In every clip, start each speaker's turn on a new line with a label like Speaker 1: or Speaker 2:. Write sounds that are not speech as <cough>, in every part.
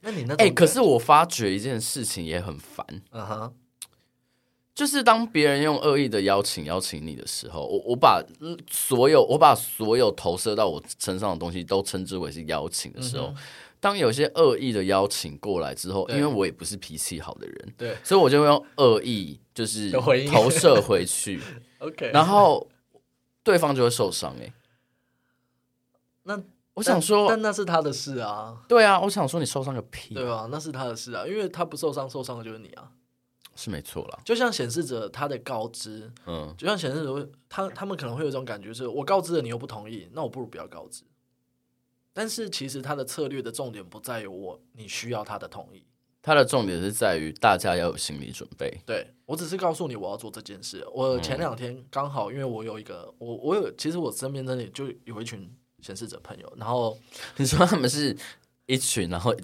Speaker 1: 那你那
Speaker 2: 哎、
Speaker 1: 种
Speaker 2: 可
Speaker 1: 感
Speaker 2: 是我发觉一件事情也很烦，
Speaker 1: 嗯哼，
Speaker 2: 就是当别人用恶意的邀请邀请你的时候，我我把嗯所有我把所有投射到我身上的东西都称之为是哦邀请的时候，
Speaker 1: 嗯
Speaker 2: 当有些恶意的邀请过来之后，
Speaker 1: 对
Speaker 2: 因为我也不是脾气好的人，
Speaker 1: 对
Speaker 2: 所以我就会用恶意就是
Speaker 1: 的回应
Speaker 2: 投射
Speaker 1: <laughs>
Speaker 2: 回去，
Speaker 1: ，OK，
Speaker 2: 然后对方就会受伤、欸。哎，
Speaker 1: 那
Speaker 2: 我想说
Speaker 1: 但，那是他的事啊，
Speaker 2: 对啊，我想说你受伤个屁，
Speaker 1: 对吧？那是他的事啊，因为他不受伤，受伤的就是你啊。
Speaker 2: 是没错啦，
Speaker 1: 就像显示者他的告知，
Speaker 2: 嗯，
Speaker 1: 就像显示者会他他们可能会有一种感觉是，我告知了你又不同意，那我不如不要告知。但是其实他的策略的重点不在于我，你需要他的同意。
Speaker 2: 它的重点是在于大家要有心理准备，
Speaker 1: 对我只是告诉你我要做这件事。
Speaker 2: 嗯
Speaker 1: 我前两天刚好，因为我有一个，我我有，其实我身边真的就有一群显示者朋友，然后
Speaker 2: <laughs> 你说他们是一群，然后挤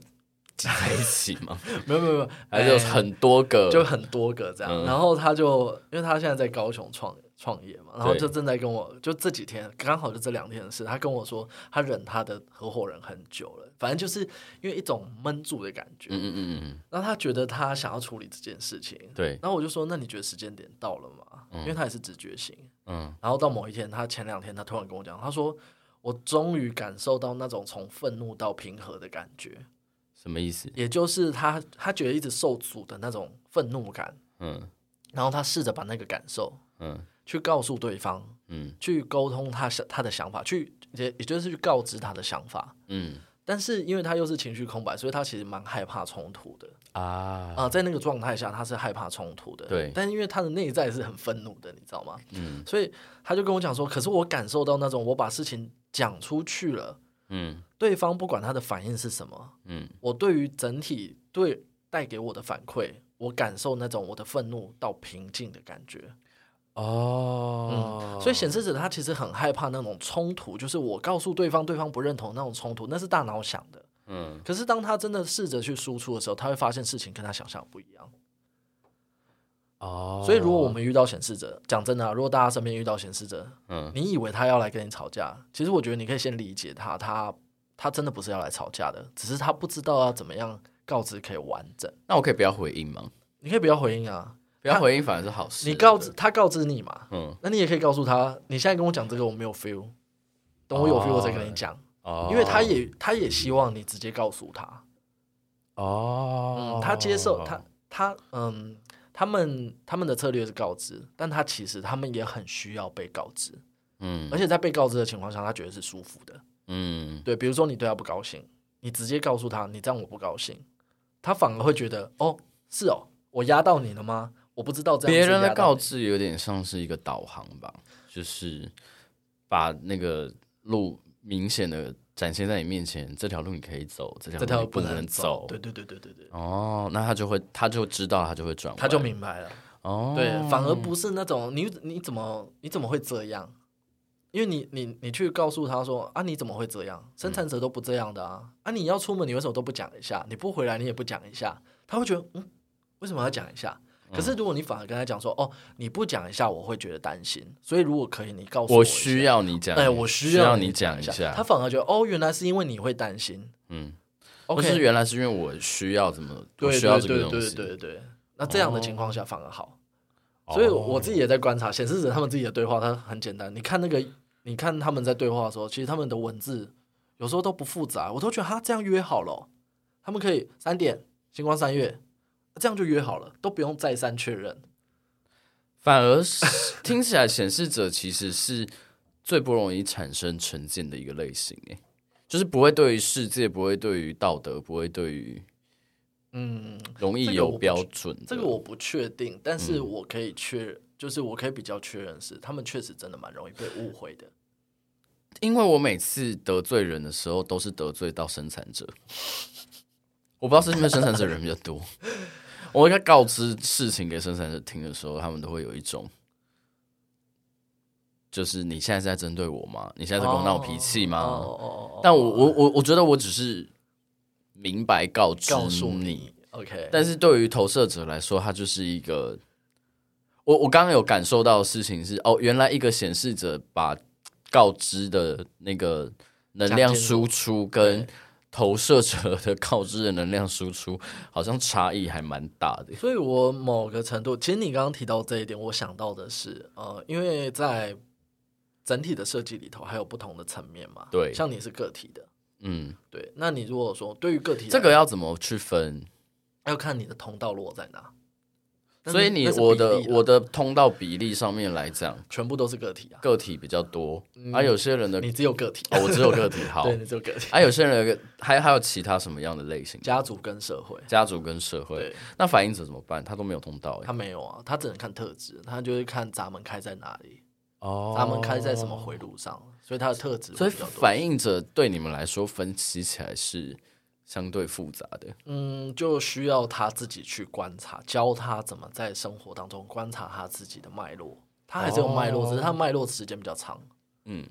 Speaker 2: 在一起 <laughs> 吗？
Speaker 1: 没有没有没有，
Speaker 2: 还是有
Speaker 1: 哎
Speaker 2: 很多个？
Speaker 1: 就很多个这样。
Speaker 2: 嗯
Speaker 1: 然后他就因为他现在在高雄创创业嘛，然后
Speaker 2: 对
Speaker 1: 就正在跟我，就这几天刚好就这两天的事，他跟我说他忍他的合伙人很久了，反正就是因为一种闷住的感觉。
Speaker 2: 嗯嗯嗯嗯，
Speaker 1: 然后他觉得他想要处理这件事情，
Speaker 2: 对，
Speaker 1: 然后我就说那你觉得时间点到了吗？因为他也是直觉型。
Speaker 2: 嗯
Speaker 1: 然后到某一天，他前两天他突然跟我讲，他说。我终于感受到那种从愤怒到平和的感觉，
Speaker 2: 什么意思？
Speaker 1: 也就是他他觉得一直受阻的那种愤怒感，
Speaker 2: 嗯
Speaker 1: 然后他试着把那个感受
Speaker 2: 嗯
Speaker 1: 去告诉对方，
Speaker 2: 嗯
Speaker 1: 去沟通他想他的想法，去也也就是去告知他的想法。
Speaker 2: 嗯
Speaker 1: 但是因为他又是情绪空白，所以他其实蛮害怕冲突的
Speaker 2: 啊
Speaker 1: 啊、在那个状态下他是害怕冲突的。
Speaker 2: 对
Speaker 1: 但因为他的内在是很愤怒的，你知道吗？嗯，所以他就跟我讲说，可是我感受到那种我把事情讲出去了，
Speaker 2: 嗯
Speaker 1: 对方不管他的反应是什么，
Speaker 2: 嗯
Speaker 1: 我对于整体对带给我的反馈，我感受那种我的愤怒到平静的感觉。
Speaker 2: 哦
Speaker 1: 所以显示者他其实很害怕那种冲突，就是我告诉对方，对方不认同那种冲突，那是大脑想的。
Speaker 2: 嗯
Speaker 1: 可是当他真的试着去输出的时候，他会发现事情跟他想象不一样。
Speaker 2: 哦
Speaker 1: 所以如果我们遇到显示者，讲真的啊、如果大家身边遇到显示者，
Speaker 2: 嗯
Speaker 1: 你以为他要来跟你吵架，其实我觉得你可以先理解他，他他真的不是要来吵架的，只是他不知道要怎么样告知可以完整。
Speaker 2: 那我可以不要回应吗？
Speaker 1: 你可以不要回应啊，
Speaker 2: 不要回应反而是好事。
Speaker 1: 你告知他告知你嘛，
Speaker 2: 嗯
Speaker 1: 那你也可以告诉他，你现在跟我讲这个我没有 feel，等我有 feel 我再跟你讲。
Speaker 2: 哦
Speaker 1: 因为他也他也希望你直接告诉他，
Speaker 2: 哦
Speaker 1: 嗯，他接受他他嗯，他们他们的策略是告知，但他其实他们也很需要被告知，
Speaker 2: 嗯
Speaker 1: 而且在被告知的情况下，他觉得是舒服的。
Speaker 2: 嗯
Speaker 1: 对，比如说你对他不高兴，你直接告诉他你这样我不高兴，他反而会觉得哦是哦，我压到你了吗？我不知道这样
Speaker 2: 别人
Speaker 1: 是压
Speaker 2: 的
Speaker 1: 到
Speaker 2: 告
Speaker 1: 你
Speaker 2: 知有点像是一个导航吧，就是把那个路明显的展现在你面前，这条路你可以走，这条
Speaker 1: 这
Speaker 2: 路
Speaker 1: 条
Speaker 2: 你不能
Speaker 1: 能
Speaker 2: 走。
Speaker 1: 对对对对对对，
Speaker 2: 哦，那他就会，他就知道，他就会转弯，
Speaker 1: 他就明白了。
Speaker 2: 哦，
Speaker 1: 对，反而不是那种你你怎么你怎么会这样？因为你你你去告诉他说啊，你怎么会这样？生产者都不这样的啊！啊，你要出门你为什么都不讲一下？你不回来你也不讲一下，他会觉得嗯，为什么要讲一下？
Speaker 2: 嗯
Speaker 1: 可是如果你反而跟他讲说哦，你不讲一下我会觉得担心，所以如果可以你告诉
Speaker 2: 我
Speaker 1: 一下
Speaker 2: 需，要你讲，
Speaker 1: 哎，我
Speaker 2: 需
Speaker 1: 要
Speaker 2: 你
Speaker 1: 讲
Speaker 2: 一
Speaker 1: 下，他，反而觉得哦，原来是因为你会担心
Speaker 2: 嗯，或是
Speaker 1: ，OK，
Speaker 2: 原来是因为我需要怎么，我
Speaker 1: 对
Speaker 2: 需要
Speaker 1: 对
Speaker 2: 这个
Speaker 1: 对
Speaker 2: 东
Speaker 1: 对
Speaker 2: 西，
Speaker 1: 对对，那这样的情况下反而好。
Speaker 2: 哦
Speaker 1: 所以我自己也在观察显示者他们自己的对话，它很简单。你看那个，你看他们在对话的时候，其实他们的文字有时候都不复杂，我都觉得他这样约好了哦、他们可以三点星光三月这样就约好了，都不用再三确认。
Speaker 2: 反而是 <laughs> 听起来显示者其实是最不容易产生成见的一个类型，哎，就是不会对于世界，不会对于道德，不会对于
Speaker 1: 嗯，
Speaker 2: 容易
Speaker 1: 这个我
Speaker 2: 有
Speaker 1: 不
Speaker 2: 标准的，
Speaker 1: 这个我不确定，但
Speaker 2: 嗯
Speaker 1: 是我可以确，就是我可以比较确认是他们确实真的蛮容易被误会的。
Speaker 2: 因为我每次得罪人的时候，都是得罪到生产者。我不知道是因为生产者人比较多， <laughs> 我应该告知事情给生产者听的时候，他们都会有一种，就是你现在是在针对我吗？你现在在跟我闹脾气吗？
Speaker 1: 哦哦哦哦，
Speaker 2: 但我我我我觉得我只是明白告知
Speaker 1: 告诉
Speaker 2: 你
Speaker 1: 你，OK，
Speaker 2: 但是对于投射者来说，它就是一个，我我刚刚有感受到的事情是，哦，原来一个显示者把告知的那个能量输出跟投射者的告知的能量输出，好像差异还蛮大的。
Speaker 1: 所以我某个程度，其实你刚刚提到这一点，我想到的是，呃，因为在整体的设计里头，还有不同的层面嘛。
Speaker 2: 对
Speaker 1: 像你是个体的，
Speaker 2: 嗯，
Speaker 1: 对，那你如果说对于个体来
Speaker 2: 这个要怎么去分？
Speaker 1: 要看你的通道落在哪，但
Speaker 2: 所以
Speaker 1: 是
Speaker 2: 你
Speaker 1: 那是
Speaker 2: 我
Speaker 1: 比
Speaker 2: 的
Speaker 1: 例啦啊
Speaker 2: 我的通道比例上面来讲，
Speaker 1: 全部都是个体啊，
Speaker 2: 个体比较多，而、有些人的
Speaker 1: 嗯你只有个体，
Speaker 2: 哦，我只有个
Speaker 1: <laughs>
Speaker 2: 体好，哎
Speaker 1: 对，你只有个
Speaker 2: <laughs>
Speaker 1: 体，
Speaker 2: 而、啊有些人有个还还有其他什么样的类型？
Speaker 1: 家族跟社会，
Speaker 2: 家族跟社会
Speaker 1: 对，
Speaker 2: 那反应者怎么办？他都没有通道
Speaker 1: 他
Speaker 2: 哎，
Speaker 1: 没有啊，他只能看特质，他就是看闸门开在哪里，
Speaker 2: 哦
Speaker 1: 闸门开在什么？回路上，所以他的特质会
Speaker 2: 所以
Speaker 1: 比较多。
Speaker 2: 反应者对你们来说分析起来是相对复杂的。
Speaker 1: 嗯，就需要他自己去观察，教他怎么在生活当中观察他自己的脉络。他还是有脉络，
Speaker 2: 哦
Speaker 1: 只是他脉络时间比较长。
Speaker 2: 嗯，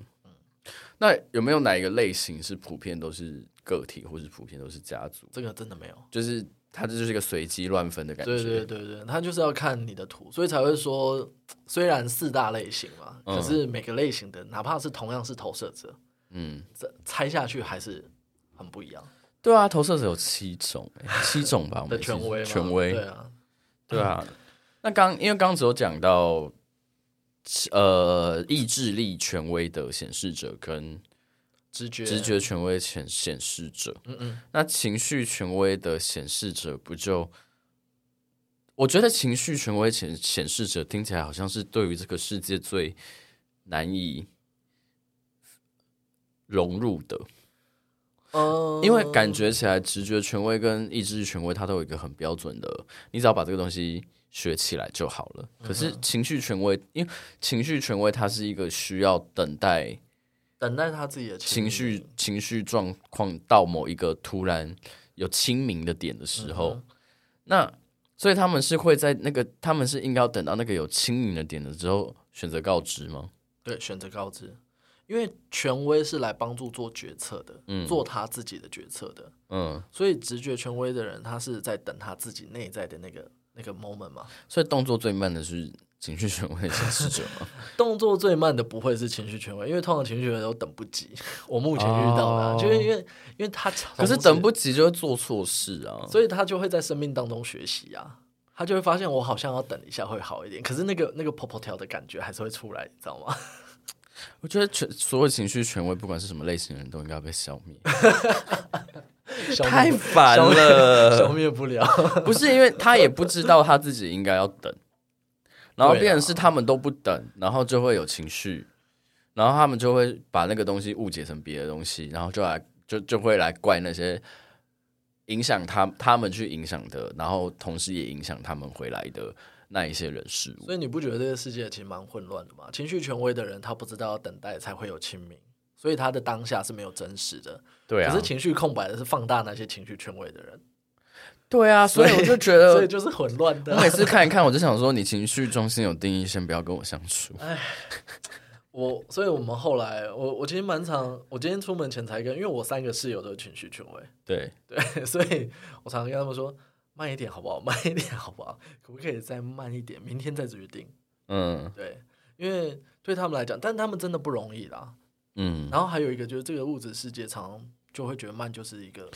Speaker 2: 那有没有哪一个类型是普遍都是个体，或是普遍都是家族？
Speaker 1: 这个真的没有。
Speaker 2: 就是它这就是一个随机乱分的感觉。
Speaker 1: 对对对对，他就是要看你的图，所以才会说，虽然四大类型嘛，
Speaker 2: 嗯
Speaker 1: 可是每个类型的，哪怕是同样是投射者，
Speaker 2: 嗯，
Speaker 1: 这拆下去还是很不一样
Speaker 2: 对啊，投射者有七种，欸七种吧，我
Speaker 1: 的
Speaker 2: 们
Speaker 1: 权威嘛。
Speaker 2: 权威，
Speaker 1: 对啊，
Speaker 2: 对啊。那刚因为刚刚只有讲到，呃，意志力权威的显示者跟
Speaker 1: 直觉，
Speaker 2: 直，觉权威显显示者，
Speaker 1: 嗯嗯，
Speaker 2: 那情绪权威的显示者不就？我觉得情绪权威显显示者听起来好像是对于这个世界最难以融入的，
Speaker 1: 呃
Speaker 2: 因为感觉起来直觉权威跟意志力权威它都有一个很标准的，你只要把这个东西学起来就好了。可是情绪权威，因为情绪权威它是一个需要等待
Speaker 1: 等待他自己的
Speaker 2: 情
Speaker 1: 明
Speaker 2: 绪情绪状况到某一个突然有清明的点的时候，那所以他们是会在那个他们是应该要等到那个有清明的点了之后选择告知吗？
Speaker 1: 对，选择告知，因为权威是来帮助做决策的，
Speaker 2: 嗯
Speaker 1: 做他自己的决策的，
Speaker 2: 嗯，
Speaker 1: 所以直觉权威的人，他是在等他自己内在的那个那个 moment 嘛。
Speaker 2: 所以动作最慢的是情绪权威显示者吗？
Speaker 1: 动作最慢的不会是情绪权威，因为通常情绪权威都等不及。我目前遇到的啊、
Speaker 2: 哦
Speaker 1: 就是因为因为他
Speaker 2: 可
Speaker 1: 可
Speaker 2: 是等，不及就会做错事啊。
Speaker 1: 所以他就会在生命当中学习啊。他就会发现我好像要等一下会好一点，可是那个那个 p o p o 跳的感觉还是会出来，你知道吗？ <laughs>
Speaker 2: 我觉得全所有情绪权威，不管是什么类型的人都应该被消灭，
Speaker 1: 消灭
Speaker 2: 太烦
Speaker 1: 消灭消
Speaker 2: 了。
Speaker 1: 灭不了。
Speaker 2: 不是因为他也不知道他自己应该要等，然后
Speaker 1: 对啊
Speaker 2: 变成是他们都不等，然后就会有情绪，然后他们就会把那个东西误解成别的东西，然后就来就就会来怪那些影响他他们去影响的，然后同时也影响他们回来的那一些人事物。
Speaker 1: 所以你不觉得这个世界其实蛮混乱的吗？情绪权威的人，他不知道要等待才会有清明，所以他的当下是没有真实的。
Speaker 2: 对啊
Speaker 1: 可是，情绪空白的是放大那些情绪权威的人，
Speaker 2: 对啊，所以我就觉得，
Speaker 1: 所以就是混乱的
Speaker 2: 我
Speaker 1: 啊。
Speaker 2: 每次看一看，我就想说，你情绪中心有定义，先不要跟我相处。
Speaker 1: 我，所以我们后来，我我其实蛮常，我今天出门前才跟，因为我三个室友都是情绪权威， <laughs>
Speaker 2: 对，
Speaker 1: <laughs> 对，所以我常常跟他们说，慢一点好不 <laughs> 好？慢一点好不好？可不可以再慢一点？明天再决定。
Speaker 2: 嗯
Speaker 1: 对，因为对他们来讲，但他们真的不容易啦。
Speaker 2: 嗯，
Speaker 1: 然后还有一个就是这个物质世界，常常就会觉得慢就是一个，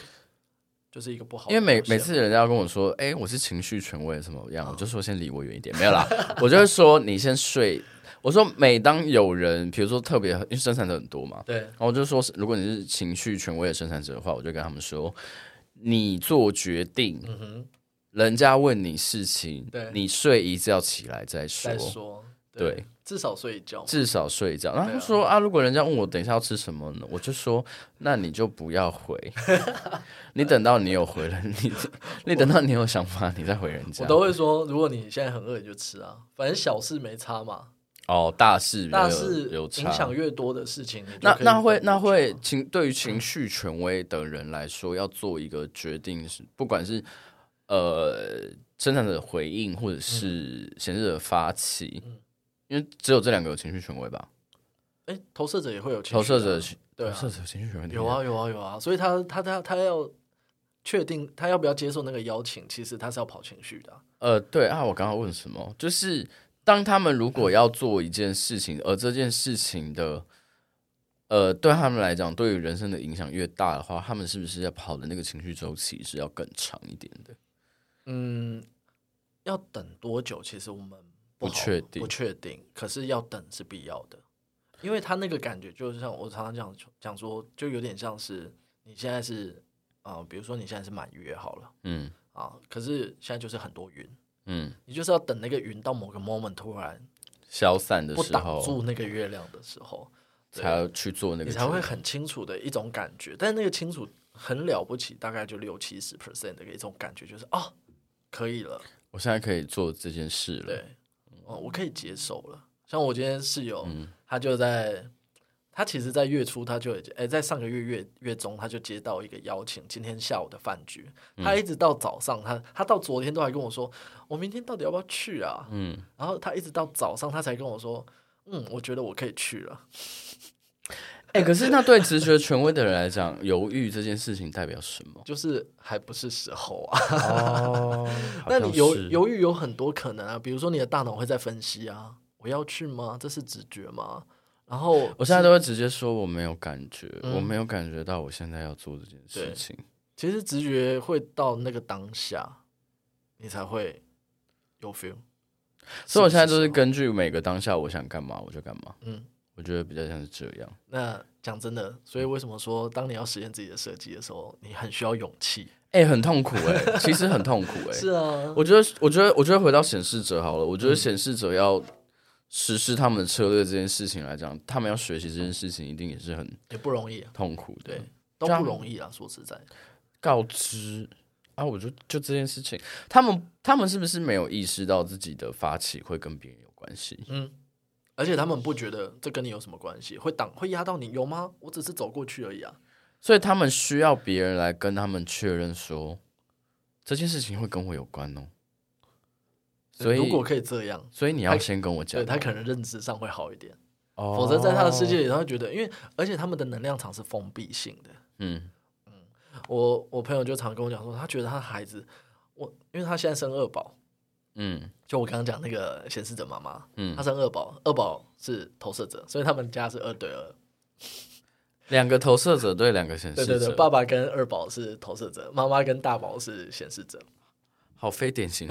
Speaker 1: 就是一个不好的啊
Speaker 2: 因为每
Speaker 1: 表现
Speaker 2: 每次人家跟我说，哎、我是情绪权威什么样，我就说先离我远一点，没有
Speaker 1: <laughs>
Speaker 2: 啦，我就会说你先睡。我说每当有人，比如说特别，因为生产者很多嘛，
Speaker 1: 对
Speaker 2: 然后我就说，如果你是情绪权威的生产者的话，我就跟他们说，你做决定，
Speaker 1: 嗯哼
Speaker 2: 人家问你事情
Speaker 1: 对，
Speaker 2: 你睡一觉起来再说，
Speaker 1: 再说，
Speaker 2: 对，
Speaker 1: 至少睡一觉嘛，
Speaker 2: 至少睡一觉。然后
Speaker 1: 对啊
Speaker 2: 他说啊，如果人家问我等一下要吃什么呢，我就说那你就不
Speaker 1: <laughs>
Speaker 2: 要回，你等到你有回了，你你等到你有想法，你再回人家
Speaker 1: 我。都会说，如果你现在很饿，你就吃啊，反正小事没差嘛，
Speaker 2: 哦，大事
Speaker 1: 大
Speaker 2: 有
Speaker 1: 事
Speaker 2: 有
Speaker 1: 影
Speaker 2: 差。
Speaker 1: 响越多的事情，你就
Speaker 2: 那
Speaker 1: 可以
Speaker 2: 那会
Speaker 1: 等越
Speaker 2: 那会
Speaker 1: 久嘛
Speaker 2: 情对于情绪权威的人来说，要做一个决定是，不管是呃生产者回应，或者是显示者发起，
Speaker 1: 嗯
Speaker 2: 因为只有这两个有情绪权威吧？
Speaker 1: 哎，投射者也会有情绪啊
Speaker 2: 投射者
Speaker 1: 对
Speaker 2: 投
Speaker 1: 啊
Speaker 2: 射者有情绪权威
Speaker 1: 有啊有啊有啊，所以他他他他要确定他要不要接受那个邀请，其实他是要跑情绪的啊，
Speaker 2: 呃，对啊，我刚刚问什么？就是当他们如果要做一件事情，而这件事情的呃，对他们来讲，对于人生的影响越大的话，他们是不是要跑的那个情绪周期是要更长一点的？
Speaker 1: 嗯，要等多久？其实我们
Speaker 2: 不
Speaker 1: 好
Speaker 2: 确定
Speaker 1: 不确定。可是要等是必要的，因为他那个感觉，就是像我常常讲讲说，就有点像是你现在是啊、呃比如说你现在是满月好了
Speaker 2: 嗯
Speaker 1: 啊，可是现在就是很多云，
Speaker 2: 嗯，
Speaker 1: 你就是要等那个云到某个 moment 突然
Speaker 2: 消散的
Speaker 1: 不
Speaker 2: 时
Speaker 1: 挡
Speaker 2: 候
Speaker 1: 住那个月亮的时候，
Speaker 2: 才要去做那
Speaker 1: 你
Speaker 2: 个决定，
Speaker 1: 才会很清楚的一种感觉。但是那个清楚很了不起，大概就六七十 percent 的一种感觉，就是哦，可以了。
Speaker 2: 我现在可以做这件事了。
Speaker 1: 对，哦，我可以接受了。像我今天室友，
Speaker 2: 嗯
Speaker 1: 他就在，他其实，在月初他就已经，哎、在上个月月月中他就接到一个邀请，今天下午的饭局，
Speaker 2: 嗯
Speaker 1: 他一直到早上，他他到昨天都还跟我说，我明天到底要不要去啊？
Speaker 2: 嗯，
Speaker 1: 然后他一直到早上，他才跟我说，嗯，我觉得我可以去了。？
Speaker 2: 哎、可是那对直觉权威的人来讲，犹豫这件事情代表什么
Speaker 1: <laughs> 就是还不是时候啊，
Speaker 2: 哦，
Speaker 1: 那你犹犹豫有很多可能啊，比如说你的大脑会在分析啊，我要去吗？这是直觉吗？然后
Speaker 2: 我现在都会直接说我没有感觉，
Speaker 1: 嗯
Speaker 2: 我没有感觉到我现在要做这件事情。
Speaker 1: 其实直觉会到那个当下，你才会有 feel。
Speaker 2: 所以我现在
Speaker 1: 是
Speaker 2: 都
Speaker 1: 不
Speaker 2: 是
Speaker 1: 是
Speaker 2: 根据每个当下我想干嘛我就干嘛，
Speaker 1: 嗯，
Speaker 2: 我觉得比较像是这样。
Speaker 1: 那讲真的，所以为什么说当你要实现自己的设计的时候，你很需要勇气？
Speaker 2: 哎、很痛苦
Speaker 1: <laughs>
Speaker 2: 哎、其实很痛苦哎、
Speaker 1: 是啊，嗯
Speaker 2: 我觉得，我觉得，我觉得回到显示者好了，我觉得显示者要实施他们的策略这件事情来讲，他们要学习这件事情，一定也是很
Speaker 1: 也不容易、啊，
Speaker 2: 痛苦的
Speaker 1: 对。，都
Speaker 2: 这样
Speaker 1: 不容易啊。说实在，
Speaker 2: 告知啊，我就就这件事情，他们他们是不是没有意识到自己的发起会跟别人有关系？
Speaker 1: 嗯而且他们不觉得这跟你有什么关系，会挡会压到你有吗？我只是走过去而已啊。
Speaker 2: 所以他们需要别人来跟他们确认说这件事情会跟我有关哦。所以，
Speaker 1: 呃如果可以这样，
Speaker 2: 所以你要先跟我讲
Speaker 1: 对，他可能认知上会好一点，
Speaker 2: 哦
Speaker 1: 否则在他的世界里，他会觉得，因为而且他们的能量场是封闭性的。
Speaker 2: 嗯
Speaker 1: 我我朋友就常跟我讲说，他觉得他孩子，我因为他现在生二宝，
Speaker 2: 嗯
Speaker 1: 就我刚刚讲那个显示者妈妈，她
Speaker 2: 嗯，
Speaker 1: 生二宝，二宝是投射者，所以他们家是二对二，
Speaker 2: 两个投射者对两个显示
Speaker 1: 对
Speaker 2: 者，
Speaker 1: 对对，爸爸跟二宝是投射者，妈妈跟大宝是显示者。 <laughs>
Speaker 2: 好非典型。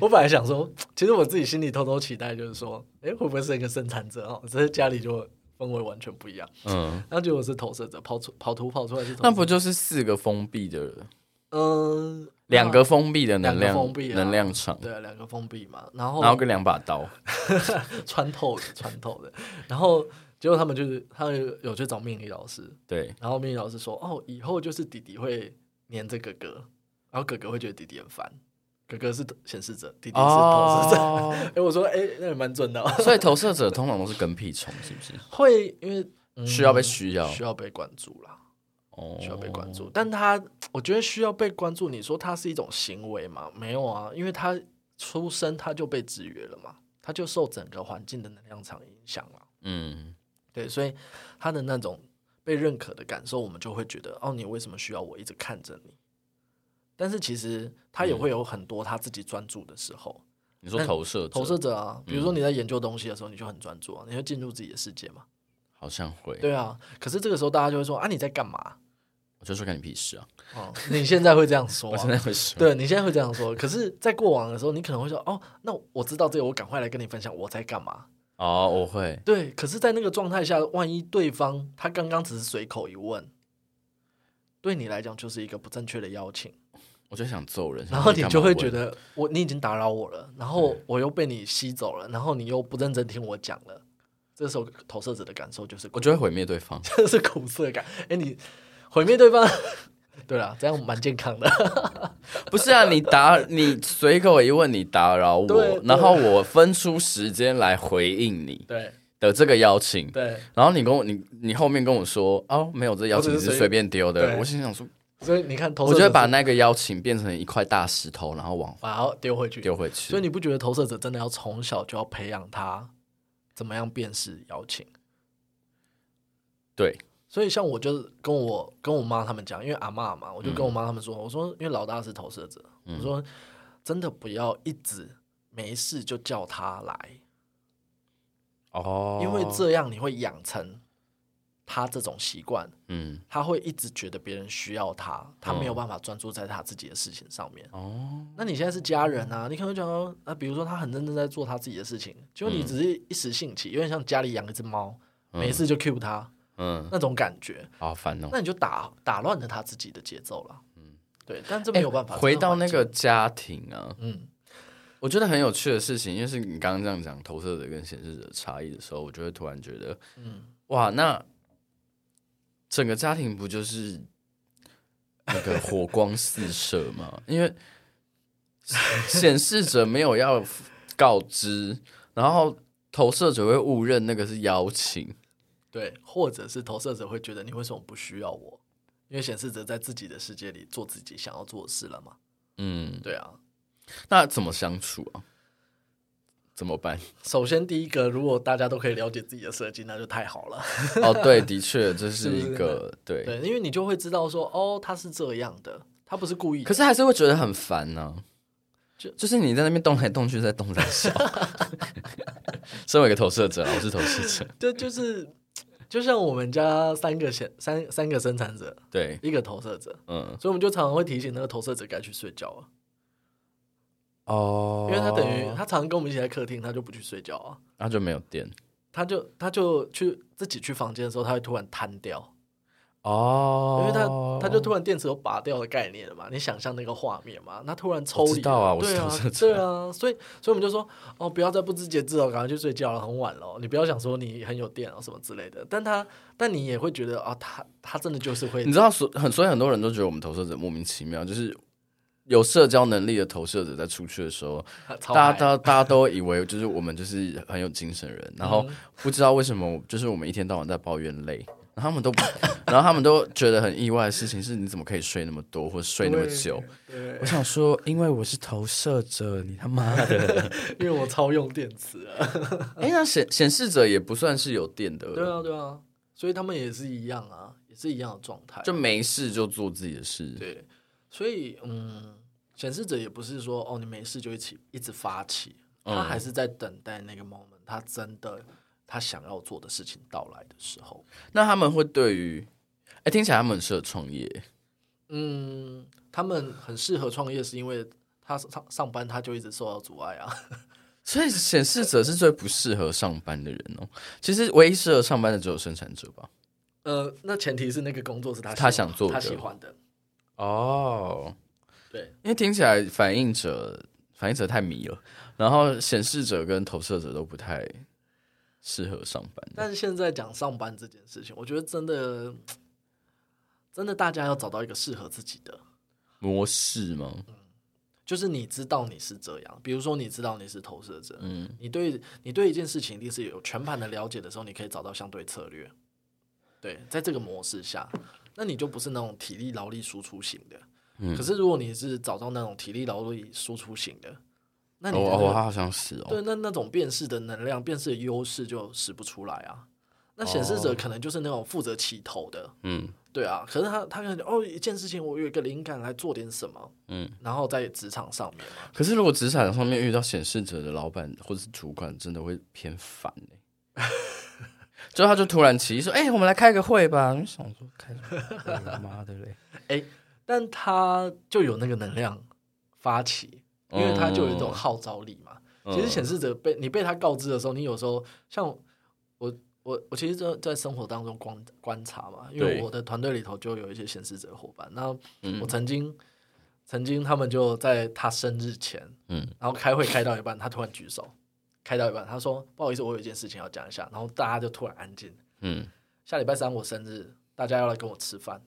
Speaker 1: 我本来想说，其实我自己心里偷偷期待，就是说，诶，会不会生一个生产者哦？只是家里就氛围完全不一样，
Speaker 2: 嗯，
Speaker 1: 然后结果是投射者，跑出跑图跑出来是投射者
Speaker 2: 那不就是四个封
Speaker 1: <laughs>
Speaker 2: 闭的
Speaker 1: 嗯
Speaker 2: 两个封闭的
Speaker 1: 两
Speaker 2: 能量
Speaker 1: 个封闭啊哦
Speaker 2: 能量场，
Speaker 1: 对两个封闭嘛，然后
Speaker 2: 然后跟两把刀。
Speaker 1: <laughs> 穿透的，穿透的。然后结果他们就是他们有去找命理老师，
Speaker 2: 对，
Speaker 1: 然后命理老师说：“哦，以后就是弟弟会黏着哥哥，然后哥哥会觉得弟弟很烦，哥哥是显示者，弟弟是投 <laughs> 射者。
Speaker 2: 哦，
Speaker 1: 哎、我说：“哎、那也蛮准的、哦，
Speaker 2: 所以投射者通常都是跟屁虫，是不是？
Speaker 1: 会因为、嗯
Speaker 2: 需要被需要，
Speaker 1: 需要被关注啦，
Speaker 2: 哦
Speaker 1: 需要被关注。但他我觉得需要被关注，你说他是一种行为吗？没有啊，因为他出生他就被制约了嘛，他就受整个环境的能量场影响了。”
Speaker 2: 嗯，
Speaker 1: 对，所以他的那种被认可的感受，我们就会觉得，哦，你为什么需要我一直看着你？但是其实他也会有很多他自己专注的时候，
Speaker 2: 你说投射者
Speaker 1: 投射者啊，比如说你在研究东西的时候，你就很专注啊，你就进入自己的世界嘛。
Speaker 2: 好像会，
Speaker 1: 对啊，可是这个时候大家就会说啊，你在干嘛？
Speaker 2: 我就说干你屁事啊！
Speaker 1: 哦，你现在会这样说、
Speaker 2: 我
Speaker 1: 啊
Speaker 2: 真，的会说，
Speaker 1: 对你现在会这样说。可是，在过往的时候，你可能会说，哦，那我知道这个，我赶快来跟你分享我在干嘛。
Speaker 2: 哦，我会，
Speaker 1: 对，可是，在那个状态下，万一对方他刚刚只是随口一问，对你来讲就是一个不正确的邀请，
Speaker 2: 我就想揍人，
Speaker 1: 然后
Speaker 2: 想
Speaker 1: 你
Speaker 2: 干嘛
Speaker 1: 就会
Speaker 2: 问
Speaker 1: 觉，得我你已经打扰我了，然后我又被你吸走了，然后你又不认真听我讲了，这时候投射者的感受就是苦，
Speaker 2: 我就会毁灭对方。
Speaker 1: 这是苦涩感。哎，你毁灭对方， <laughs> 对啦，这样蛮健康
Speaker 2: <laughs>
Speaker 1: 的。
Speaker 2: 不是啊，你打你随口一问，你打扰
Speaker 1: 对
Speaker 2: 我，
Speaker 1: 对
Speaker 2: 然后我分出时间来回应你
Speaker 1: 对
Speaker 2: 的这个邀请，
Speaker 1: 对，
Speaker 2: 然后你跟我你你后面跟我说哦，没有这邀请
Speaker 1: 我只是
Speaker 2: 是
Speaker 1: 随
Speaker 2: 随便丢的，
Speaker 1: 对哦
Speaker 2: 我心想说，
Speaker 1: <laughs> 所以你看投射
Speaker 2: 我
Speaker 1: 者，
Speaker 2: 就是会把那个邀请变成一块大石头，然后往
Speaker 1: 把它丢回去。
Speaker 2: 丢回去。
Speaker 1: 所以你不觉得投射者真的要从小就要培养他怎么样辨识邀请？
Speaker 2: 对，
Speaker 1: 所以像我就跟我跟我妈他们讲，因为阿嬷嘛，
Speaker 2: 嗯
Speaker 1: 我就跟我妈他们说，我说因为老大是投射者，我说真的不要一直没事就叫他来，
Speaker 2: 哦
Speaker 1: 因为这样你会养成他这种习惯，
Speaker 2: 嗯，
Speaker 1: 他会一直觉得别人需要他，他没有办法专注在他自己的事情上面。
Speaker 2: 哦，
Speaker 1: 那你现在是家人啊，你可能会讲到，啊，比如说他很认真在做他自己的事情，结
Speaker 2: 嗯
Speaker 1: 果你只是一时兴起，有点像家里养一只猫，没事就 cue 它
Speaker 2: 嗯，
Speaker 1: 那种感觉，
Speaker 2: 好烦哦。
Speaker 1: 那你就打打乱了他自己的节奏了。嗯，对，但这没有办法。
Speaker 2: 哎回到那
Speaker 1: 这环
Speaker 2: 个家庭啊，
Speaker 1: 境，嗯，
Speaker 2: 我觉得很有趣的事情，因为是你刚刚这样讲投射者跟显示者的差异的时候，我就会突然觉得，
Speaker 1: 嗯
Speaker 2: 哇，那整个家庭不就是那个火光四射吗？因为显示者没有要告知，然后投射者会误认那个是邀请，
Speaker 1: 对，或者是投射者会觉得你为什么不需要我？因为显示者在自己的世界里做自己想要做的事了嘛。
Speaker 2: 嗯，
Speaker 1: 对啊，
Speaker 2: 那怎么相处啊？怎么办？
Speaker 1: 首先第一个，如果大家都可以了解自己的设计，那就太好了。
Speaker 2: 哦，对，的确这是
Speaker 1: 是
Speaker 2: 一
Speaker 1: 不是
Speaker 2: 个对，
Speaker 1: 对，因为你就会知道说，哦，他是这样的，他不是故意的。
Speaker 2: 可是还是会觉得很烦呢、
Speaker 1: 就
Speaker 2: 就是你在那边动来动去，在动在笑。 <laughs> 身为一个投射者啊，我是投射者，
Speaker 1: 这就是就像我们家三个显三三个生产者，
Speaker 2: 对，
Speaker 1: 一个投射者，
Speaker 2: 嗯，
Speaker 1: 所以我们就常常会提醒那个投射者该去睡觉啊，
Speaker 2: 哦
Speaker 1: 因为他等于他常常跟我们一起在客厅，他就不去睡觉啊，
Speaker 2: 他就没有电
Speaker 1: 他就他就去自己去房间的时候，他会突然瘫掉，
Speaker 2: 哦
Speaker 1: 因为他他就突然电池都拔掉的概念了嘛，你想象那个画面嘛，那突然抽
Speaker 2: 我
Speaker 1: 离
Speaker 2: 知道啊
Speaker 1: 了
Speaker 2: 我知
Speaker 1: 对
Speaker 2: 道
Speaker 1: 啊
Speaker 2: 这个
Speaker 1: 对啊，所以所以我们就说哦，不要再不知节制了，赶快去睡觉了，很晚了哦，你不要想说你很有电哦什么之类的，但他但你也会觉得啊、他他真的就是会
Speaker 2: 你知道，所很所以很多人都觉得我们投射者莫名其妙，就是有社交能力的投射者在出去的时候，
Speaker 1: 超
Speaker 2: 大家
Speaker 1: 嗨
Speaker 2: 大家大家都以为就是我们就是很有精神人，然
Speaker 1: 嗯
Speaker 2: 后不知道为什么就是我们一天到晚在抱怨累，然后他们都，然后他们都觉得很意外的事情是你怎么可以睡那么多或睡那么久？
Speaker 1: 对，
Speaker 2: 我想说，因为我是投射者，你他妈 <laughs> 的！
Speaker 1: 因为我超用电池啊。
Speaker 2: 哎、那显显示者也不算是有电的，
Speaker 1: 对啊，对啊，所以他们也是一样啊，也是一样的状态。
Speaker 2: 就没事就做自己的事。
Speaker 1: 对，所以嗯，显示者也不是说哦，你没事就一起一直发起，他
Speaker 2: 嗯
Speaker 1: 还是在等待那个 moment，他真的他想要做的事情到来的时候。
Speaker 2: 那他们会对于，哎、听起来他们很适合创业，
Speaker 1: 嗯，他们很适合创业，是因为他上上班他就一直受到阻碍啊。
Speaker 2: 所以显示者是最不适合上班的人哦。其实唯一适合上班的只有生产者吧。
Speaker 1: 呃，那前提是那个工作是他
Speaker 2: 他
Speaker 1: 喜
Speaker 2: 想
Speaker 1: 欢
Speaker 2: 做
Speaker 1: 他
Speaker 2: 的
Speaker 1: 喜欢的，
Speaker 2: 哦，
Speaker 1: 对，
Speaker 2: 因为听起来反应者反应者太迷了，然后显示者跟投射者都不太适合上班。
Speaker 1: 但是现在讲上班这件事情，我觉得真的，真的大家要找到一个适合自己的，
Speaker 2: 模式吗？
Speaker 1: 就是你知道你是这样，比如说你知道你是投射者，
Speaker 2: 嗯，
Speaker 1: 你对你对一件事情一定是有全盘的了解的时候，你可以找到相对策略。对，在这个模式下，那你就不是那种体力劳力输出型的。
Speaker 2: 嗯
Speaker 1: 可是如果你是找到那种体力劳力输出型的，那你的
Speaker 2: 哦
Speaker 1: 那个
Speaker 2: 哦，他好像是哦。
Speaker 1: 对，那那种辨识的能量、辨识的优势就使不出来啊。那显示者
Speaker 2: 哦
Speaker 1: 可能就是那种负责起头的，
Speaker 2: 嗯
Speaker 1: 对啊。可是他他可能哦，一件事情我有一个灵感来做点什么，
Speaker 2: 嗯。
Speaker 1: 然后在职场上面嘛，
Speaker 2: 可是如果职场上面遇到显示者的老板或者是主管，真的会偏烦哎、 <laughs> 就他就突然起意说：“哎、我们来开个会吧。”我就想说开什么
Speaker 1: <laughs>
Speaker 2: 会啊妈的嘞！
Speaker 1: 但他就有那个能量发起，因
Speaker 2: 嗯
Speaker 1: 为他就有一种号召力嘛。其实显示者被你被他告知的时候，你有时候像我我我其实在在生活当中观观察嘛，因为
Speaker 2: 对
Speaker 1: 我的团队里头就有一些显示者伙伴，那
Speaker 2: 嗯
Speaker 1: 我曾经、曾经他们就在他生日前，
Speaker 2: 嗯
Speaker 1: 然后开会开到一半，他突然举手，开到一半他说不好意思，我有一件事情要讲一下，然后大家就突然安静。 <laughs>
Speaker 2: 嗯，
Speaker 1: 下礼拜三我生日，大家要来跟我吃饭，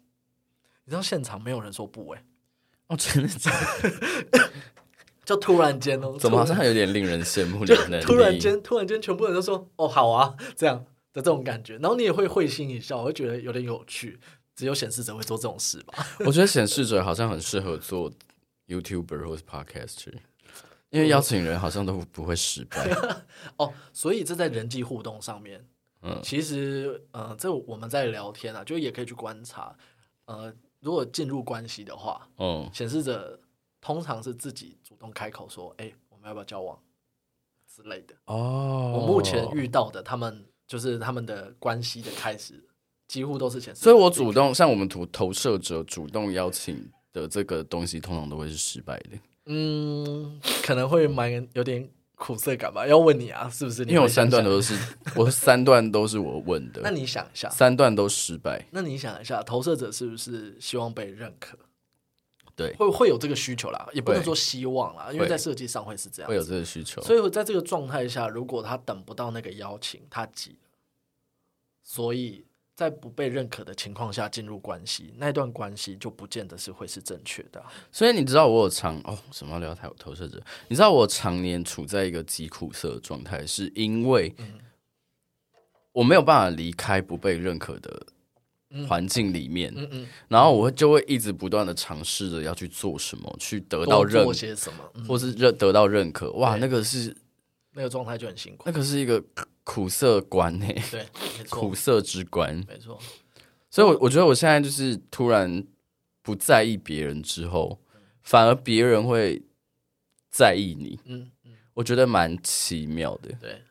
Speaker 1: 你知道现场没有人说不哎、
Speaker 2: 哦，真的假的
Speaker 1: 就突然间哦，
Speaker 2: <laughs> 怎么好
Speaker 1: 突然
Speaker 2: 像有点令人羡慕
Speaker 1: 就
Speaker 2: 的能力？
Speaker 1: 突然间，突然间，全部人都说“哦，好啊”这样的这种感觉，然后你也会会心一笑，我会觉得有点有趣。只有显示者会做这种事吧？
Speaker 2: <laughs> 我觉得显示者好像很适合做 YouTuber 或是 Podcaster，因为邀请人好像都不会失败。
Speaker 1: 哦，所以这在人际互动上面，
Speaker 2: 嗯
Speaker 1: 其实呃，这我们在聊天啊，就也可以去观察，呃，如果进入关系的话，
Speaker 2: 哦，
Speaker 1: 显示者通常是自己主动开口说：“哎、我们要不要交往？”之类的。
Speaker 2: 哦，
Speaker 1: 我目前遇到的，他们就是他们的关系的开始几乎都是显示。
Speaker 2: 所以我主动像我们投投射者主动邀请的这个东西，通常都会是失败的，
Speaker 1: 嗯，可能会蛮有点苦涩感吧。要问你啊，是不是你
Speaker 2: 因为我
Speaker 1: 会想
Speaker 2: 三
Speaker 1: 一下？
Speaker 2: 段都是 <laughs> 我三段都是我问
Speaker 1: 那
Speaker 2: 的，
Speaker 1: 你啊想一下，
Speaker 2: 三段都失败。
Speaker 1: 那你想一下，投射者是不是希望被认可？
Speaker 2: 对
Speaker 1: 会会有这个需求啦，也不能
Speaker 2: 会
Speaker 1: 说希望啦，因为
Speaker 2: 会
Speaker 1: 在设计上会是这样
Speaker 2: 会。有这个需求，
Speaker 1: 所以我在这个状态下，如果他等不到那个邀请，他急了，所以在不被认可的情况下进入关系，那段关系就不见得是会是正确的啊、
Speaker 2: 所以你知道我有常哦，什么要聊投投射者？你知道我常年处在一个极苦涩的状态，是因为我没有办法离开不被认可的环境里面，
Speaker 1: 嗯嗯，
Speaker 2: 然后我会就会一直不断的尝试着要去做什么，去得到
Speaker 1: 多
Speaker 2: 认
Speaker 1: 做，些什么，嗯，
Speaker 2: 或是认得到认可。哇，
Speaker 1: 对
Speaker 2: 那个是
Speaker 1: 那个状态就很辛苦
Speaker 2: 那。个是一个苦涩关诶、
Speaker 1: 对，没错
Speaker 2: 苦，涩之关。
Speaker 1: 没错，
Speaker 2: 所以我，我觉得我现在就是突然不在意别人之后，反而别人会在意你。
Speaker 1: 嗯，
Speaker 2: 我觉得蛮奇妙的。
Speaker 1: 对。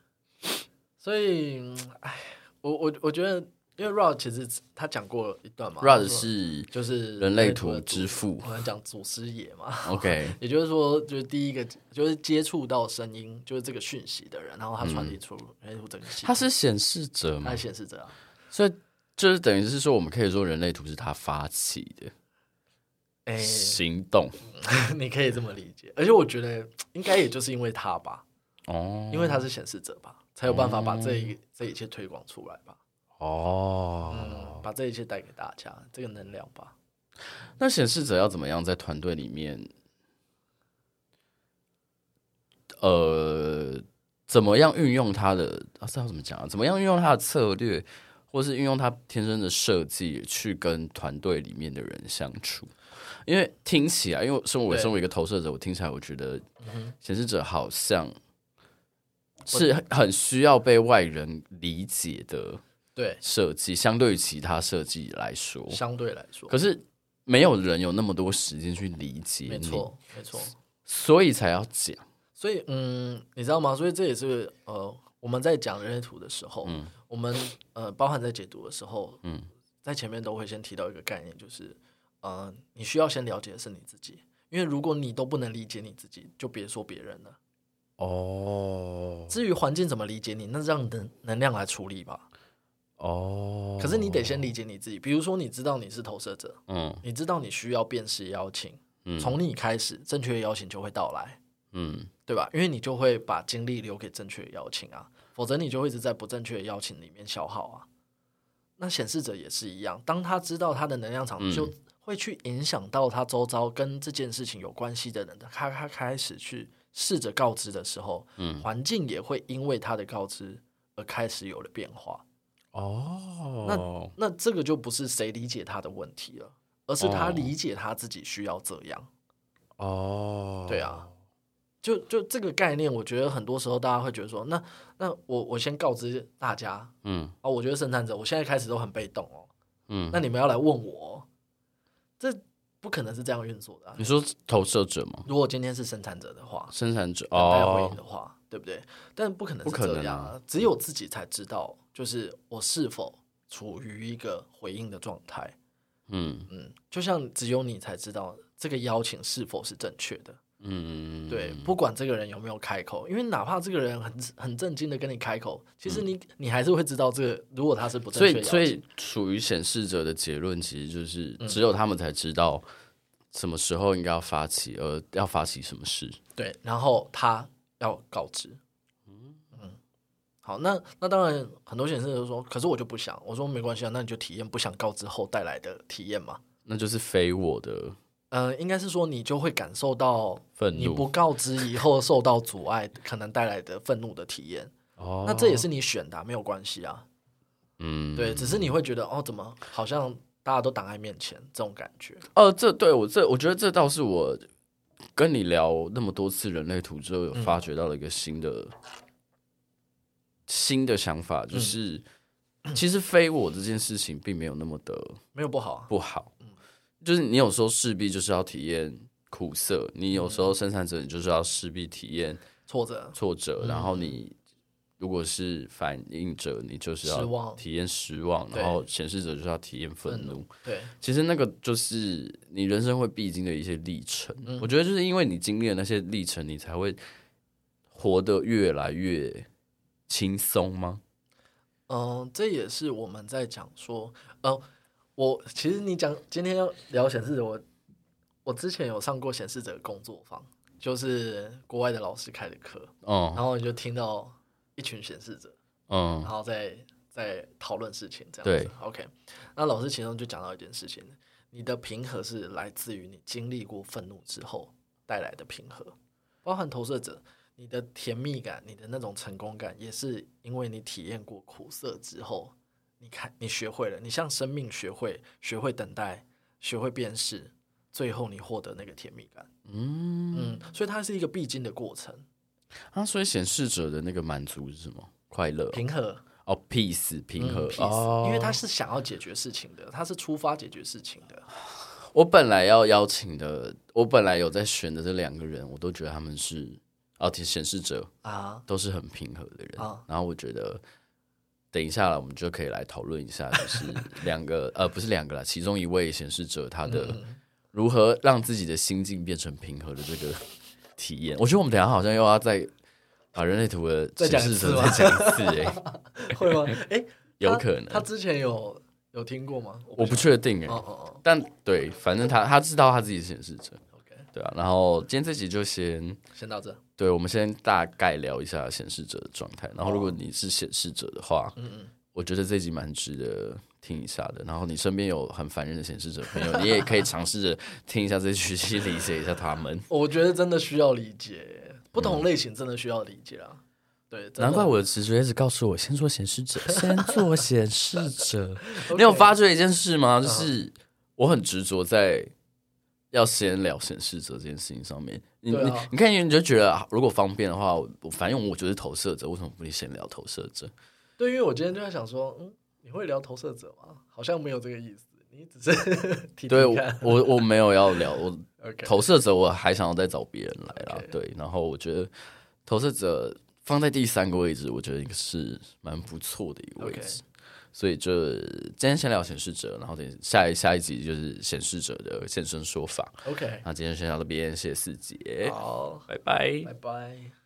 Speaker 1: 所以，嗯哎，我我我觉得，因为 Rod 其实他讲过一段嘛
Speaker 2: Rod
Speaker 1: 他说
Speaker 2: 是
Speaker 1: 就是
Speaker 2: 人类图
Speaker 1: 的祖
Speaker 2: 之父
Speaker 1: 我们讲祖师爷嘛， <laughs>
Speaker 2: ，OK，
Speaker 1: 也就是说，就是第一个就是接触到声音，就是这个讯息的人，然后他传递出人类图整个系
Speaker 2: 嗯他
Speaker 1: 统，
Speaker 2: 是显示者
Speaker 1: 他
Speaker 2: 嘛
Speaker 1: 是，显示者啊，
Speaker 2: 所以就是等于是说，我们可以说人类图是他发起的
Speaker 1: 哎、
Speaker 2: 行动
Speaker 1: <laughs> 你可以这么理解。而且我觉得应该也就是因为他吧，
Speaker 2: 哦，
Speaker 1: 因为他是显示者吧，才有办法把这
Speaker 2: 嗯
Speaker 1: 一、这一切推广出来吧，
Speaker 2: 哦
Speaker 1: 嗯，，把这一切带给大家，这个能量吧。
Speaker 2: 那显示者要怎么样在团队里面，呃，怎么样运用他的啊？这要怎么讲啊？怎么样运用他的策略，或是运用他天生的设计去跟团队里面的人相处？因为听起来，因为身为我
Speaker 1: 对嗯
Speaker 2: 身为一个投射者，我听起来我觉得
Speaker 1: 哼
Speaker 2: 显示者好像是很需要被外人理解的
Speaker 1: 对，
Speaker 2: 设计，相对于其他设计来说，
Speaker 1: 相对来说，
Speaker 2: 可是没有人有那么多时间去理解，
Speaker 1: 没，错，没错。
Speaker 2: 所以才要讲。
Speaker 1: 所以，嗯，你知道吗？所以这也是呃，我们在讲人类图的时候，我们呃，包含在解读的时候，嗯，在前面都会先提到一个概念，就是呃，你需要先了解的是你自己，因为如果你都不能理解你自己，就别说别人了。
Speaker 2: 哦
Speaker 1: 至于环境怎么理解你，那让能能量来处理吧。
Speaker 2: 哦
Speaker 1: 可是你得先理解你自己，比如说你知道你是投射者，
Speaker 2: 嗯
Speaker 1: 你知道你需要辨识邀请，
Speaker 2: 嗯
Speaker 1: 从你开始，正确的邀请就会到来。
Speaker 2: 嗯
Speaker 1: 对吧？因为你就会把精力留给正确的邀请啊，否则你就会一直在不正确的邀请里面消耗啊。那显示者也是一样，当他知道他的能量场，就会去影响到他周遭跟这件事情有关系的人，他他开始去试着告知的时候，
Speaker 2: 嗯
Speaker 1: 环境也会因为他的告知而开始有了变化。
Speaker 2: 哦，
Speaker 1: 那这个就不是谁理解他的问题了，而是他
Speaker 2: 哦
Speaker 1: 理解他自己需要这样。
Speaker 2: 那哦
Speaker 1: 对啊，就就这个概念，我觉得很多时候大家会觉得说，那那我我先告知大家啊、
Speaker 2: 嗯
Speaker 1: 哦，我觉得生产者我现在开始都很被动哦，
Speaker 2: 嗯，
Speaker 1: 那你们要来问我哦，这不可能是这样运作的啊、
Speaker 2: 你说投射者吗？
Speaker 1: 如果今天是生产者的话，
Speaker 2: 生产者
Speaker 1: 等待回
Speaker 2: 哦
Speaker 1: 应，的话，对不对？但不可能
Speaker 2: 不
Speaker 1: 是
Speaker 2: 可
Speaker 1: 这
Speaker 2: 能
Speaker 1: 样
Speaker 2: 啊
Speaker 1: 啊，只有自己才知道，就是我是否处于一个回应的状态。
Speaker 2: 嗯
Speaker 1: 嗯，就像只有你才知道这个邀请是否是正确的。
Speaker 2: 嗯，
Speaker 1: 对，不管这个人有没有开口，因为哪怕这个人很很震惊的跟你开口，其实你、你还是会知道这个，如果他是不正
Speaker 2: 嗯所
Speaker 1: 确的
Speaker 2: 以
Speaker 1: 邀请，
Speaker 2: 所以属于显示者的结论，其实就是
Speaker 1: 嗯
Speaker 2: 只有他们才知道什么时候应该要发起，呃，要发起什么事。
Speaker 1: 对，然后他要告知，嗯好，那那当然很多显示就说，可是我就不想，我说没关系啊，那你就体验不想告知后带来的体验嘛，
Speaker 2: 那就是非我的
Speaker 1: 呃，应该是说你就会感受到
Speaker 2: 愤
Speaker 1: 你不
Speaker 2: 怒
Speaker 1: 告知以后受到阻碍可能带来的愤怒的体验，
Speaker 2: 哦
Speaker 1: 那这也是你选的啊、没有关系啊，
Speaker 2: 嗯
Speaker 1: 对，只是你会觉得哦，怎么好像大家都挡在面前这种感觉。
Speaker 2: 哦，这对我这我觉得这倒是我跟你聊那么多次人类图之后，有发掘到了一个新的、新的想法，就是、其实非我这件事情并没有那么的
Speaker 1: 没有不好啊，
Speaker 2: 不好，就是你有时候势必就是要体验苦涩，你有时候生产者你就是要势必体验
Speaker 1: 挫折，
Speaker 2: 嗯挫折，然后你。如果是反应者，你就是
Speaker 1: 失
Speaker 2: 要
Speaker 1: 望
Speaker 2: 体验失望，
Speaker 1: 对
Speaker 2: 然后显示者就是要体验愤怒。
Speaker 1: 对，
Speaker 2: 其实那个就是你人生会必经的一些历程。
Speaker 1: 嗯
Speaker 2: 我觉得就是因为你经历了那些历程，你才会活得越来越轻松吗？
Speaker 1: 嗯，这也是我们在讲说，呃，我其实你讲今天要聊显示者，我我之前有上过显示者工作坊，就是国外的老师开的课，然
Speaker 2: 嗯
Speaker 1: 后你就听到一群显示者，然
Speaker 2: 嗯
Speaker 1: 后再再讨论事情这样
Speaker 2: 对
Speaker 1: 子。OK，那老师其中就讲到一件事情，你的平和是来自于你经历过愤怒之后带来的平和，包含投射者，你的甜蜜感，你的那种成功感，也是因为你体验过苦涩之后，你看你学会了，你向生命学会，学会等待，学会辨识，最后你获得那个甜蜜感。
Speaker 2: 嗯
Speaker 1: 嗯，所以它是一个必经的过程，
Speaker 2: 啊，所以显示者的那个满足是什么？快乐
Speaker 1: 平和。
Speaker 2: 哦，peace 平和
Speaker 1: 嗯 peace，
Speaker 2: 哦，
Speaker 1: 因为他是想要解决事情的，他是出发解决事情的。
Speaker 2: 哦我本来要邀请的，我本来有在选的这两个人，我都觉得他们是哦，其实显示者
Speaker 1: 啊，
Speaker 2: 都是很平和的人。
Speaker 1: 啊
Speaker 2: 然后我觉得，等一下了，我们就可以来讨论一下，就是两个呃，不是两个啦，其中一位显示者他的
Speaker 1: 嗯
Speaker 2: 如何让自己的心境变成平和的这个体验。我觉得我们等一下好像又要再把人类图的
Speaker 1: 再
Speaker 2: 显
Speaker 1: 讲
Speaker 2: 示
Speaker 1: 一次
Speaker 2: 者
Speaker 1: 吗
Speaker 2: 再讲一次、哎，
Speaker 1: <laughs> 会吗？ <laughs> 哎、
Speaker 2: 有
Speaker 1: 他
Speaker 2: 可能
Speaker 1: 他之前有有听过吗？
Speaker 2: 我不确定哎、
Speaker 1: 哦哦
Speaker 2: 但对，反正他他知道他自己是显示者，
Speaker 1: 哦，OK，
Speaker 2: 对啊。然后今天这集就先。
Speaker 1: 先到这。
Speaker 2: 对，我们先大概聊一下显示者的状态。然后，如果你是显示者的话，
Speaker 1: 嗯嗯，
Speaker 2: 我觉得这集蛮值得听一下的。然后，你身边有很烦人的显示者朋友，你也可以尝试着听一下这集，去理解一下他们。
Speaker 1: 我觉得真的需要理解，不同类型真的需要理解啊。对， <laughs> 真的
Speaker 2: 难怪我的直觉一直告诉我，先做显示者，先做显示
Speaker 1: <laughs>
Speaker 2: 者。
Speaker 1: OK 嗯
Speaker 2: 你有发觉一件事吗？就是我很执着在要先聊显示者这件事情上面。你、
Speaker 1: 对啊
Speaker 2: 你你看，你就觉得啊如果方便的话，我我反正我就是投射者，为什么不先聊投射者？
Speaker 1: 对，因为我今天就在想说，嗯，你会聊投射者吗？好像没有这个意思，你只是 <laughs> 提
Speaker 2: 对
Speaker 1: 提
Speaker 2: 我
Speaker 1: 看。
Speaker 2: 我我没有要聊，我
Speaker 1: <laughs> OK，
Speaker 2: 投射者我还想要再找别人来啦。
Speaker 1: OK
Speaker 2: 对，然后我觉得投射者放在第三个位置，我觉得是蛮不错的一个位
Speaker 1: OK
Speaker 2: 置。所以这今天先聊显示者，然后等下一下一集就是显示者的现身说法。
Speaker 1: OK，
Speaker 2: 那今天先聊到这边，谢谢四姐，
Speaker 1: 好，
Speaker 2: 拜拜
Speaker 1: 拜拜。